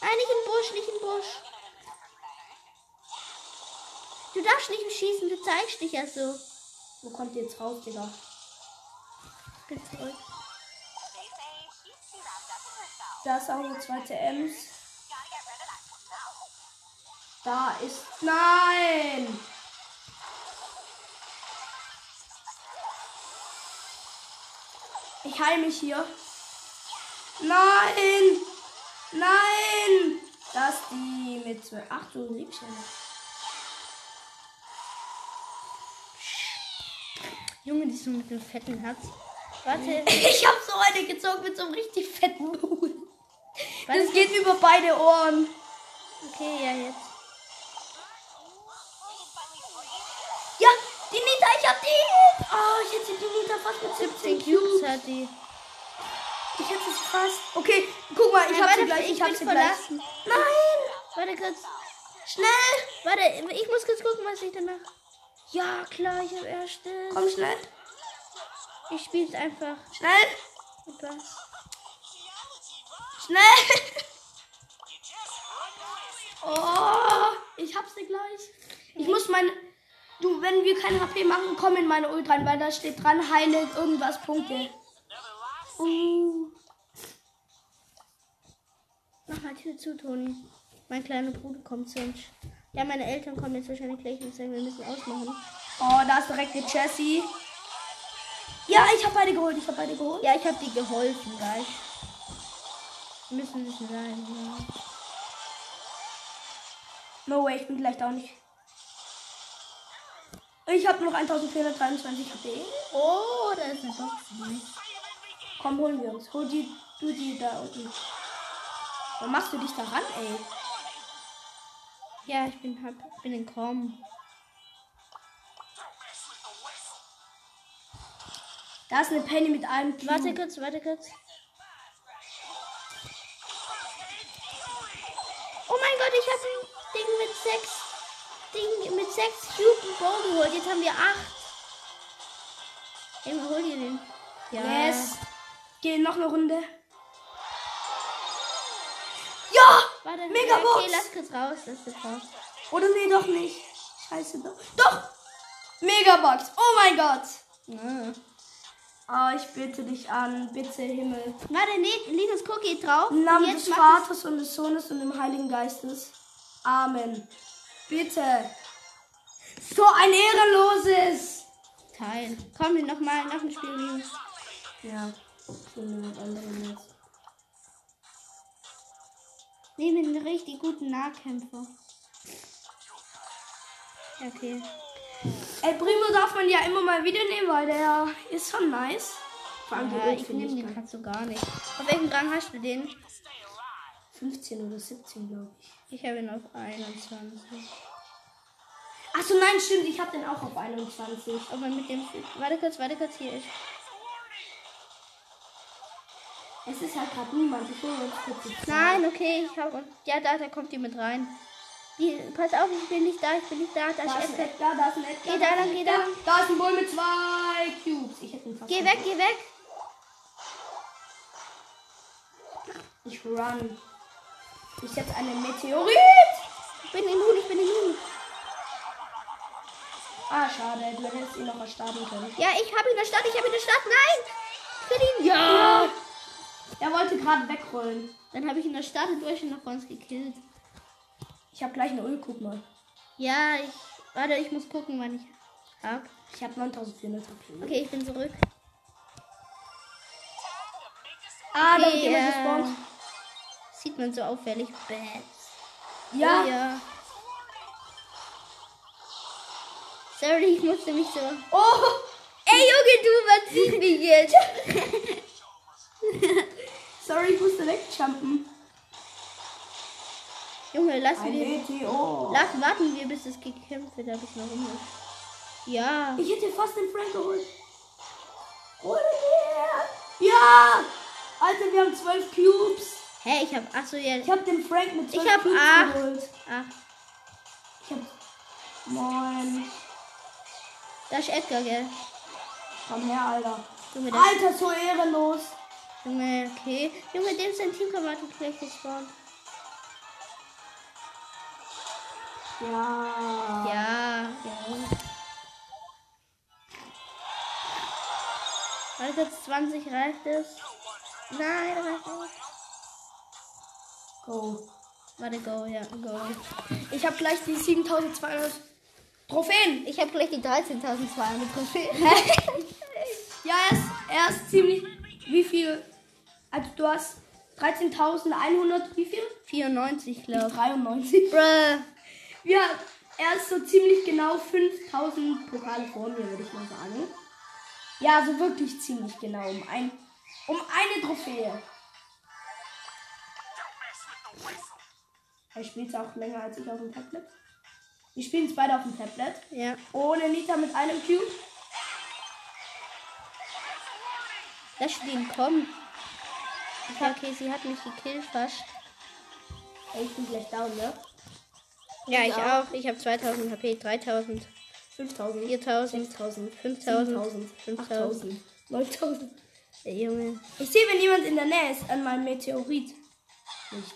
Speaker 2: Nein, nicht im Busch, nicht im Busch. Du darfst nicht schießen, du zeigst dich ja so.
Speaker 1: Wo kommt ihr jetzt raus, Digga?
Speaker 2: Bin zurück.
Speaker 1: Da ist auch eine zweite Ems. Da ist. Nein! Ich heile mich hier. Nein! Nein! Da ist die mit 12. Ach du Liebchen.
Speaker 2: Junge, die ist nur mit einem fetten Herz. Warte,
Speaker 1: Ich hab so eine gezogen mit so einem richtig fetten Buhl. Das geht über beide Ohren.
Speaker 2: okay, ja, jetzt.
Speaker 1: Ja, die Nita, ich hab die! Oh, ich hätte die Nita fast mit 17
Speaker 2: 17
Speaker 1: Cubes.
Speaker 2: Cubes hat die.
Speaker 1: Ich hätte es fast. Okay, guck mal, ich
Speaker 2: Ja,
Speaker 1: hab
Speaker 2: warte,
Speaker 1: sie gleich, ich
Speaker 2: ich
Speaker 1: hab
Speaker 2: bin
Speaker 1: sie gleich.
Speaker 2: verlassen.
Speaker 1: Nein!
Speaker 2: Warte kurz.
Speaker 1: Schnell!
Speaker 2: Warte, ich muss kurz gucken, was ich danach. Ja, klar, ich habe erstes.
Speaker 1: Komm schnell!
Speaker 2: Ich spiele es einfach.
Speaker 1: Schnell!
Speaker 2: Mit was?
Speaker 1: Schnell! Oh, ich hab sie gleich. Ich muss meine. Du, wenn wir kein HP machen, komm in meine Ult rein, weil da steht dran, heilet irgendwas Punkte. Uh,
Speaker 2: Mach mal Tür zu, Toni. Mein kleiner Bruder kommt zu uns. Ja, meine Eltern kommen jetzt wahrscheinlich gleich und sagen, wir müssen ausmachen.
Speaker 1: oh, da ist direkt eine Jessie. Ja, ich hab beide geholt, ich hab beide geholt.
Speaker 2: Ja, ich habe dir geholfen, gleich. Müssen nicht sein. Ja.
Speaker 1: No way, ich bin gleich da nicht. Ich habe noch 1423 HP.
Speaker 2: Oh, da ist eine Box.
Speaker 1: Komm, holen wir uns. Hol die, du die da unten. Warum machst du dich daran, ey?
Speaker 2: Ja, ich bin, hab, bin entkommen.
Speaker 1: Da ist eine Penny mit einem Cube.
Speaker 2: Warte kurz, warte kurz. Oh mein Gott, ich habe ein Ding mit sechs. Ding mit sechs Cube und Bow geholt. Jetzt haben wir acht. Eben hol dir den. Ja.
Speaker 1: Yes. Geh noch eine Runde. Ja!
Speaker 2: Warte,
Speaker 1: Mega Box.
Speaker 2: Okay, lass kurz raus, lass kurz raus.
Speaker 1: Oder nee, doch nicht. Scheiße, doch. Doch! Megabox. Oh mein Gott. Hm.
Speaker 2: Ah.
Speaker 1: Ah, ich bitte dich an. Bitte, Himmel.
Speaker 2: Warte, nee, Linus Cookie drauf.
Speaker 1: Im Namen des
Speaker 2: macht es-
Speaker 1: Vaters und des Sohnes und dem Heiligen Geistes. Amen. Bitte. So ein ehrenloses.
Speaker 2: Teil. Komm, nochmal, noch ein Spiel. Linus.
Speaker 1: Ja. Ich nehme mit anderen jetzt.
Speaker 2: Nehmen wir einen richtig guten Nahkämpfer. Okay.
Speaker 1: El Primo darf man ja immer mal wieder nehmen, weil der ist schon nice. Vor allem
Speaker 2: Ja,
Speaker 1: ja,
Speaker 2: ich nehme den kannst du gar nicht. Auf welchem Rang hast du den?
Speaker 1: 15 oder 17, glaube ich.
Speaker 2: Ich habe ihn auf 21.
Speaker 1: Achso, nein, stimmt. Ich habe den auch auf 21.
Speaker 2: Aber mit dem. Warte kurz, warte kurz, hier ist.
Speaker 1: Es ist halt gerade niemand. Ich hole jetzt kurz die Zahl.
Speaker 2: Nein, okay, ich habe. Ja, da, da kommt die mit rein. Die, pass auf, ich bin nicht da, ich bin nicht da. Da
Speaker 1: Da
Speaker 2: ist
Speaker 1: ist ein
Speaker 2: Edgar.
Speaker 1: Edgar, da ist ein Edgar.
Speaker 2: Geh da lang, geh da lang.
Speaker 1: Da ist ein Bull mit zwei Cubes. Ich hätte ihn fast
Speaker 2: Geh weg, geh weg.
Speaker 1: Ich run. Ich setze einen Meteorit.
Speaker 2: Ich bin immun, ich bin immun.
Speaker 1: Ah, schade. Du hättest ihn noch erstarben können.
Speaker 2: Ja, ich habe ihn in der Stadt, ich habe ihn in der Stadt. Nein! Ich bin ihn. Ja!
Speaker 1: Er wollte gerade wegrollen.
Speaker 2: Dann habe ich in der Stadt und durch ihn nach uns gekillt.
Speaker 1: Ich habe gleich eine Ult, guck mal.
Speaker 2: Ja, ich. Warte, ich muss gucken, wann ich hab.
Speaker 1: Ich habe 9400 HP.
Speaker 2: Okay, ich bin zurück.
Speaker 1: Ah, da wird
Speaker 2: Okay,
Speaker 1: jemand
Speaker 2: äh,
Speaker 1: gespawnt.
Speaker 2: Sieht man so auffällig. Bäh. Oh
Speaker 1: Ja.
Speaker 2: ja. Sorry, ich musste mich so.
Speaker 1: Oh,
Speaker 2: Ey Junge, du überziehst mich jetzt.
Speaker 1: sorry, ich musste wegjumpen.
Speaker 2: Junge, lass
Speaker 1: Ein
Speaker 2: wir.
Speaker 1: Meteor.
Speaker 2: Lass warten wir, bis es gekämpft wird, da bis noch rum ist. Ja.
Speaker 1: Ich hätte fast den Frank geholt. Hol ihn her. Ja. Alter, wir haben 12 Cubes.
Speaker 2: Hä, ich hab. Achso, ja. Ah,
Speaker 1: Ich habe den Frank mit 12
Speaker 2: Ich hab
Speaker 1: Cubes
Speaker 2: acht.
Speaker 1: geholt.
Speaker 2: Ach,
Speaker 1: Ich hab... Moin.
Speaker 2: da ist Edgar, gell?
Speaker 1: Komm her, Alter.
Speaker 2: Junge, das,
Speaker 1: Alter, so ehrenlos.
Speaker 2: Junge, okay. Junge, dem ist ein Teamkameraden gleich gespawnt.
Speaker 1: Ja.
Speaker 2: Ja, ja. Alter, 20 reicht es. Nein, reicht nicht.
Speaker 1: Go.
Speaker 2: Warte, go, ja, go.
Speaker 1: Ich habe gleich die 7200 Trophäen.
Speaker 2: Ich habe gleich die 13.200 Trophäen.
Speaker 1: Ja, er ist, er ist ziemlich. Wie viel? Also, du hast 13.100. Wie viel?
Speaker 2: 94, glaube
Speaker 1: 93.
Speaker 2: ich. Bruh.
Speaker 1: Ja, er ist so ziemlich genau 5000 Pokale vor mir, würde ich mal sagen. Ja, so wirklich ziemlich genau. Um, ein, um eine Trophäe. Er spielt es auch länger als ich auf dem Tablet. Wir spielen es beide auf dem Tablet.
Speaker 2: Ja.
Speaker 1: Ohne Nita mit einem Cube.
Speaker 2: Lass den kommen. Ja, okay, sie hat mich gekillt fast.
Speaker 1: Ey, ich bin gleich down, ne?
Speaker 2: Ja, ich auch. Ich habe 2000 HP, 3000,
Speaker 1: 5000.
Speaker 2: 4000,
Speaker 1: 6000.
Speaker 2: 5000, 5000.
Speaker 1: 8000. 9000.
Speaker 2: Ey, Junge.
Speaker 1: Ich sehe, wenn jemand in der Nähe ist, an meinem Meteorit. Nicht.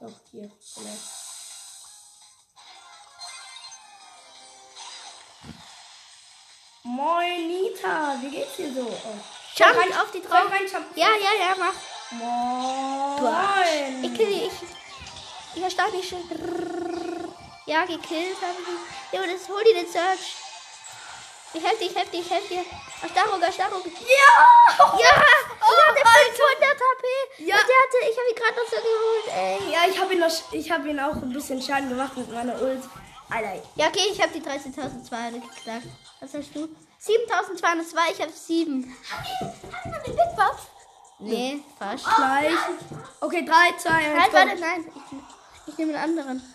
Speaker 1: Doch, hier. Vielleicht. Moin, Nita. Wie geht's dir so? Oh.
Speaker 2: Jump auf die
Speaker 1: Komm
Speaker 2: drauf.
Speaker 1: rein, Champ.
Speaker 2: Ja, ja, ja, mach.
Speaker 1: Moin.
Speaker 2: Ich kill die, ich. Ich verstehe mich schon. Ja, gekillt haben die. Junge, das hol dir den Search. Ich helf dir, ich helf dir, ich helf dir. Astarog, Astarog.
Speaker 1: Ja!
Speaker 2: Ja! Oh Ich hatte 500 HP.
Speaker 1: Ja.
Speaker 2: Und der hatte, ich habe ihn gerade noch so geholt, ey.
Speaker 1: Ja, ich habe ihn, noch- ich hab ihn auch ein bisschen Schaden gemacht mit meiner Ult. Alter,
Speaker 2: Ja, okay, ich habe die 13.200 geknackt. Was hast du? 7.202, ich habe 7. Haben wir den Oh. Big Box? Nee, fast.
Speaker 1: gleich. Okay, 3, 2, 1.
Speaker 2: nein, Halt, warte, nein. Ich, ich nehme einen anderen.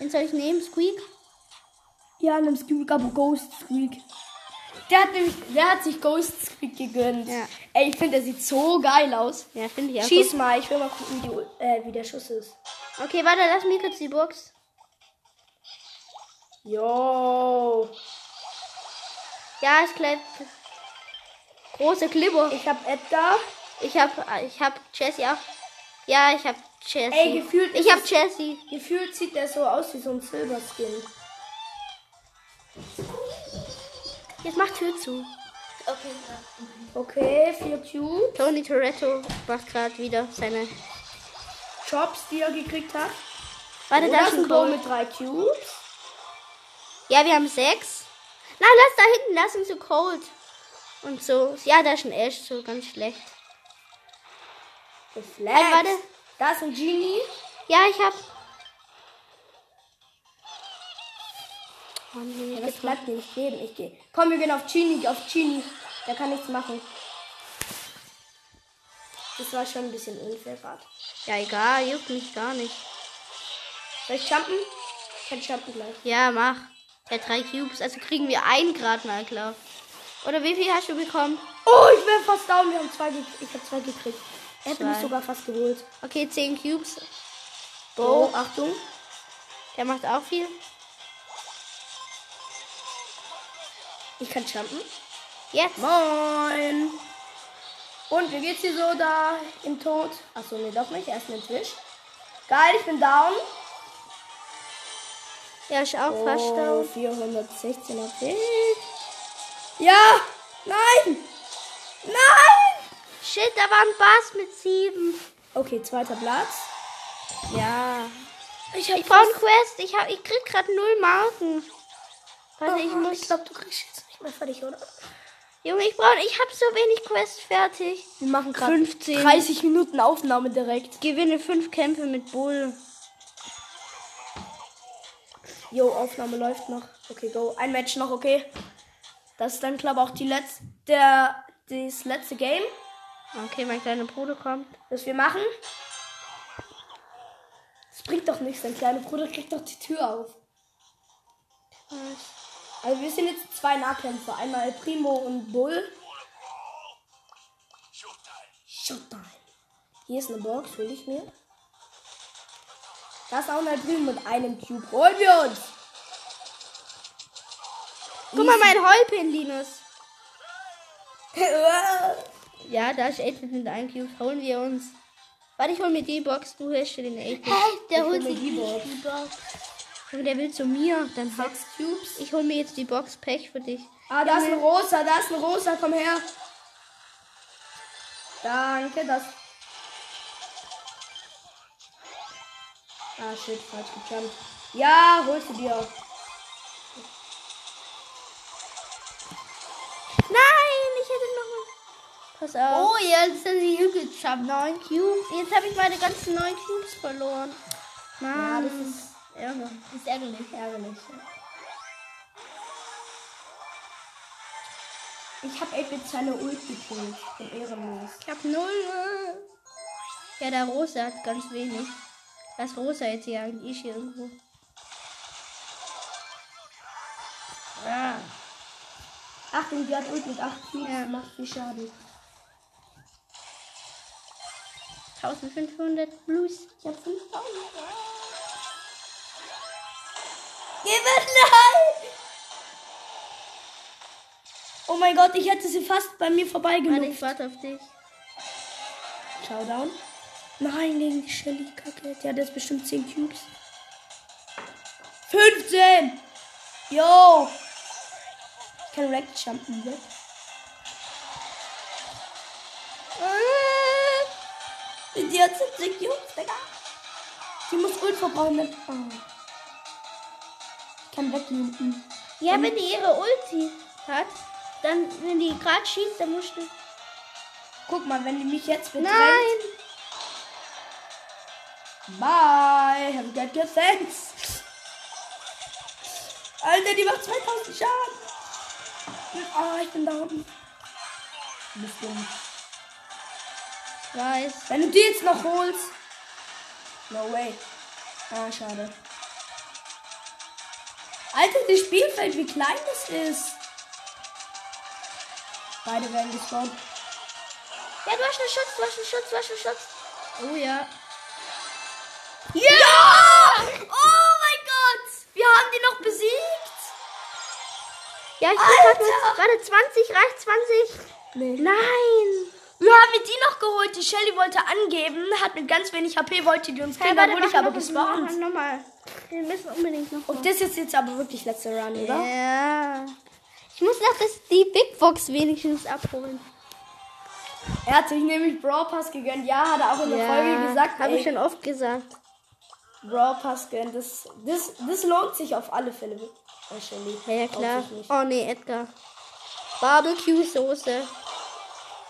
Speaker 2: Den soll ich nehmen? Squeak?
Speaker 1: Ja, nimm Squeak, aber Ghost Squeak. Der hat nämlich, der hat sich Ghost Squeak gegönnt.
Speaker 2: Ja.
Speaker 1: Ey, ich finde, der sieht so geil aus.
Speaker 2: Ja, finde ich auch.
Speaker 1: Schieß mal, ich will mal gucken, wie, die, äh, wie der Schuss ist.
Speaker 2: Okay, warte, lass mir kurz die Box.
Speaker 1: Yo.
Speaker 2: Ja, ich kleid. Große Klippe.
Speaker 1: Ich hab Edgar.
Speaker 2: Ich habe ich hab Jessie auch. Ja, ich habe Jessie.
Speaker 1: Ey, gefühlt
Speaker 2: ich
Speaker 1: ist
Speaker 2: habe
Speaker 1: es-
Speaker 2: Jessie.
Speaker 1: Gefühlt sieht der so aus wie so ein Silver Skin.
Speaker 2: Jetzt mach Tür zu.
Speaker 1: Okay, 4 Cube.
Speaker 2: Tony Toretto macht gerade wieder seine.
Speaker 1: Jobs, die er gekriegt hat.
Speaker 2: Warte, da
Speaker 1: Oder
Speaker 2: ist ein
Speaker 1: Bo
Speaker 2: Code.
Speaker 1: mit 3 Cubes.
Speaker 2: Ja, wir haben sechs. Nein, lass da hinten, lass ihn zu cold. Und so. Ja, da ist ein Ash, so ganz schlecht.
Speaker 1: Geflext.
Speaker 2: Ey, Äh, warte.
Speaker 1: Da ist ein Genie.
Speaker 2: Ja, ich hab. Oh nee,
Speaker 1: Das
Speaker 2: getroffen.
Speaker 1: bleibt mir nicht leben. Ich gehe. Komm, wir gehen auf Genie, auf Genie. Der kann nichts machen. Das war schon ein bisschen unfair gerade.
Speaker 2: Ja, egal, juckt mich gar nicht.
Speaker 1: Soll ich jumpen? Ich kann jumpen gleich.
Speaker 2: Ja, mach. Ja, drei Cubes, also kriegen wir einen Grad mal, glaub. Oder wie viel hast du bekommen?
Speaker 1: Oh, ich wäre fast down. Wir haben zwei gekriegt. Ich habe zwei gekriegt. Er hätte mich
Speaker 2: Zwei.
Speaker 1: sogar fast geholt. Oh,
Speaker 2: Okay, zehn Cubes.
Speaker 1: Bo, Achtung.
Speaker 2: Der macht auch viel.
Speaker 1: Ich kann jumpen.
Speaker 2: Jetzt.
Speaker 1: Moin. Und wie geht's dir so da im Tod? Achso, nee, doch nicht. Erst mit Fisch. Geil, ich bin down.
Speaker 2: Ja, ich auch fast
Speaker 1: Oh,
Speaker 2: auf.
Speaker 1: 416 HP. Ja! Nein! Nein!
Speaker 2: Shit, da war ein Bass mit sieben.
Speaker 1: Okay, zweiter Platz. Ja.
Speaker 2: Ich, ich brauche eine Quest. Ich, hab, ich krieg gerade null Marken.
Speaker 1: Also
Speaker 2: Warte, ich muss.
Speaker 1: glaube, du kriegst jetzt nicht mehr fertig, oder?
Speaker 2: Junge, ich brauche. Ich habe so wenig Quest fertig.
Speaker 1: Wir machen gerade
Speaker 2: 15.
Speaker 1: 30 Minuten Aufnahme direkt.
Speaker 2: Gewinne fünf Kämpfe mit Bull.
Speaker 1: Jo, Aufnahme läuft noch. Okay, go. Ein Match noch, okay. Das ist dann, glaube ich, auch die letzte, der, das letzte Game,
Speaker 2: Okay, mein kleiner Bruder kommt.
Speaker 1: das wir machen. Das bringt doch nichts, dein kleiner Bruder kriegt doch die Tür auf. Also wir sind jetzt zwei Nahkämpfer. Einmal Primo und Bull. Showtime. Hier ist eine Box, hol ich mir. Das ist auch ein Primo mit einem Cube. Holen wir uns!
Speaker 2: Guck mal, mein Heulpin, Linus.
Speaker 1: Hol
Speaker 2: Ja, da ist 8 mit einem Cube. Holen wir uns. Warte, ich hol mir die Box. Du hörst dir den 8
Speaker 8: Der holt
Speaker 1: mir
Speaker 8: sich
Speaker 1: die Box.
Speaker 2: Und der will zu mir. Dann hau- Ich hol mir jetzt die Box. Pech für dich.
Speaker 1: Ah, da ist ein rosa, da ist ein rosa, komm her. Danke, das. Ah, shit, falsch gejumpt. Ja, holst du dir.
Speaker 2: Nein, ich hätte noch mal. Pass auf.
Speaker 8: Oh, jetzt sind sie hingejumpt.
Speaker 2: Neun Cubes. Jetzt habe ich meine ganzen neun Cubes verloren. Mann. Ja, das ist ärger.
Speaker 8: Das ist ärgerlich. Ärgerlich.
Speaker 1: Ich hab echt mit seine Ult gekillt. Bin ehrenlos.
Speaker 2: Ich habe null. Ja, der Rosa hat ganz wenig. Lass Rosa jetzt hier eh an ich hier irgendwo.
Speaker 1: Achtung, die hat Ult mit 8 Cubes. Macht viel Schaden.
Speaker 2: 1500 plus.
Speaker 1: Ich hab 5 Schaden. Gewinn, nein! Oh mein Gott, ich hätte sie fast bei mir
Speaker 2: Warte,
Speaker 1: vorbeigenommen.
Speaker 2: ich warte auf dich.
Speaker 1: Showdown. Nein, gegen die Shelly kacke. Die hat jetzt bestimmt 10 Cubes. 15! Yo! Ich kann Rack jumpen, ne? weg. Äh, Die hat 70 Cubes, Digga. Die muss Ult verbrauchen. ne? Oh. Ich kann wegjumpen.
Speaker 2: Ja, wenn die ihre Ulti hat, dann, wenn die gerade schießt, dann musst du.
Speaker 1: Guck mal, wenn die mich jetzt bedrängt.
Speaker 2: Nein!
Speaker 1: Bye, have a good, good thanks. Alter, die macht 2000 Schaden. Oh, ich bin da unten. Du bist dumm.
Speaker 2: Ich weiß.
Speaker 1: Wenn du die jetzt noch holst. No way. Ah, schade. Alter, das Spielfeld, wie klein das ist. Beide werden gespawnt.
Speaker 2: Ja, du hast einen Schutz, du hast einen Schutz, du hast einen Schutz. Oh ja.
Speaker 1: Ja! Oh mein Gott! Wir haben die noch besiegt!
Speaker 2: Ja, ich
Speaker 1: Alter!
Speaker 2: Alter. Warte, 20 reicht 20.
Speaker 1: Nee.
Speaker 2: Nein.
Speaker 1: Wir haben wir die noch geholt. Die Shelly wollte angeben, hat mit ganz wenig HP, wollte die uns killen, da wurde ich aber gespawnt.
Speaker 2: Nochmal. Wir müssen unbedingt noch.
Speaker 1: Und das ist jetzt aber wirklich letzte Run, oder?
Speaker 2: Ja. Ich muss noch das, die Big Box wenigstens abholen.
Speaker 1: Er hat sich nämlich Brawl Pass gegönnt. Ja, hat er auch in der Folge gesagt.
Speaker 2: Habe
Speaker 1: ey,
Speaker 2: ich schon oft gesagt.
Speaker 1: Brawl Pass gönnt. Das, das, das lohnt sich auf alle Fälle. Oh, Shelly.
Speaker 2: Ja, ja klar.
Speaker 1: Auf dich nicht.
Speaker 2: Oh nee, Edgar. Barbecue-Soße.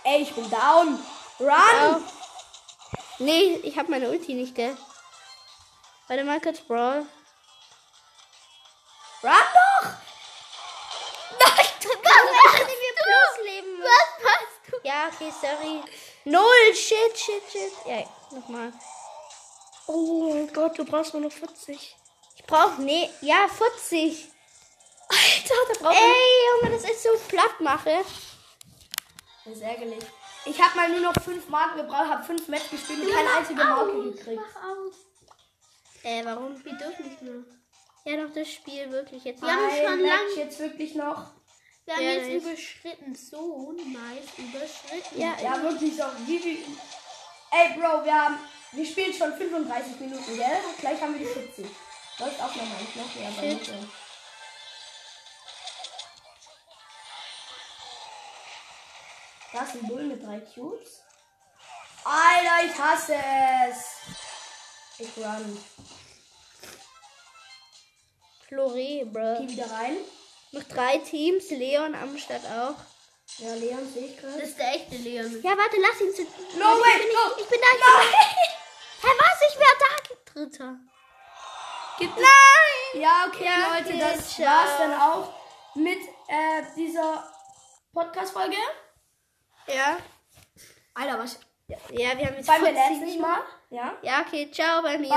Speaker 1: Ey, ich bin down. Run!
Speaker 2: Oh. Nee, ich habe meine Ulti nicht, gell? Warte mal kurz, Brawl.
Speaker 1: Run doch!
Speaker 2: Nein, du kannst nicht mehr plus leben. Was machst du? Ja, okay, sorry. Null, shit, shit, shit. Ja, nochmal.
Speaker 1: Oh mein Gott, du brauchst nur noch 40.
Speaker 2: Ich brauch, nee, ja, 40.
Speaker 1: Alter, da braucht
Speaker 2: Ey,
Speaker 1: man.
Speaker 2: Junge, das ist so platt mache.
Speaker 1: Das ist ärgerlich. Ich habe mal nur noch 5 Marken gebraucht, habe 5 Match gespielt und keine einzige Marke gekriegt.
Speaker 2: Äh, warum? Wir dürfen nicht mehr. Ja, doch, das Spiel wirklich jetzt.
Speaker 1: Wir haben schon lang jetzt wirklich noch.
Speaker 2: Wir haben
Speaker 3: Ja,
Speaker 2: jetzt
Speaker 3: nice.
Speaker 2: überschritten. So nice überschritten.
Speaker 3: Ja,
Speaker 1: Ja, wirklich doch. Die, die, ey, Bro, wir haben. Wir spielen schon 35 Minuten, gell? Gleich haben wir die 40. Läuft auch nochmal. Ich mach ja aber nicht. so. Da ist ein Bull mit drei Cubes. Alter, ich hasse es. Ich run.
Speaker 2: Flore, bruh.
Speaker 1: Geh wieder rein.
Speaker 2: Noch drei Teams. Leon am Start auch.
Speaker 1: Ja, Leon sehe ich gerade.
Speaker 3: Das ist der echte Leon.
Speaker 2: Ja, warte, lass ihn zu.
Speaker 1: No way,
Speaker 2: ich bin,
Speaker 1: no.
Speaker 2: ich, ich bin da. Ich bin da. Hä, was? Ich wäre da. Dritter.
Speaker 1: Gibt Nein! Ja, okay,
Speaker 2: Ja,
Speaker 1: Leute,
Speaker 2: okay,
Speaker 1: das
Speaker 2: ciao.
Speaker 1: war's dann auch mit äh, dieser Podcast-Folge.
Speaker 2: Ja.
Speaker 1: Alter, was?
Speaker 2: Ja, wir haben jetzt
Speaker 1: Bei mir
Speaker 2: 40
Speaker 1: letztes
Speaker 2: Minuten.
Speaker 1: Mal. Ja.
Speaker 2: Ja, okay, ciao bei mir.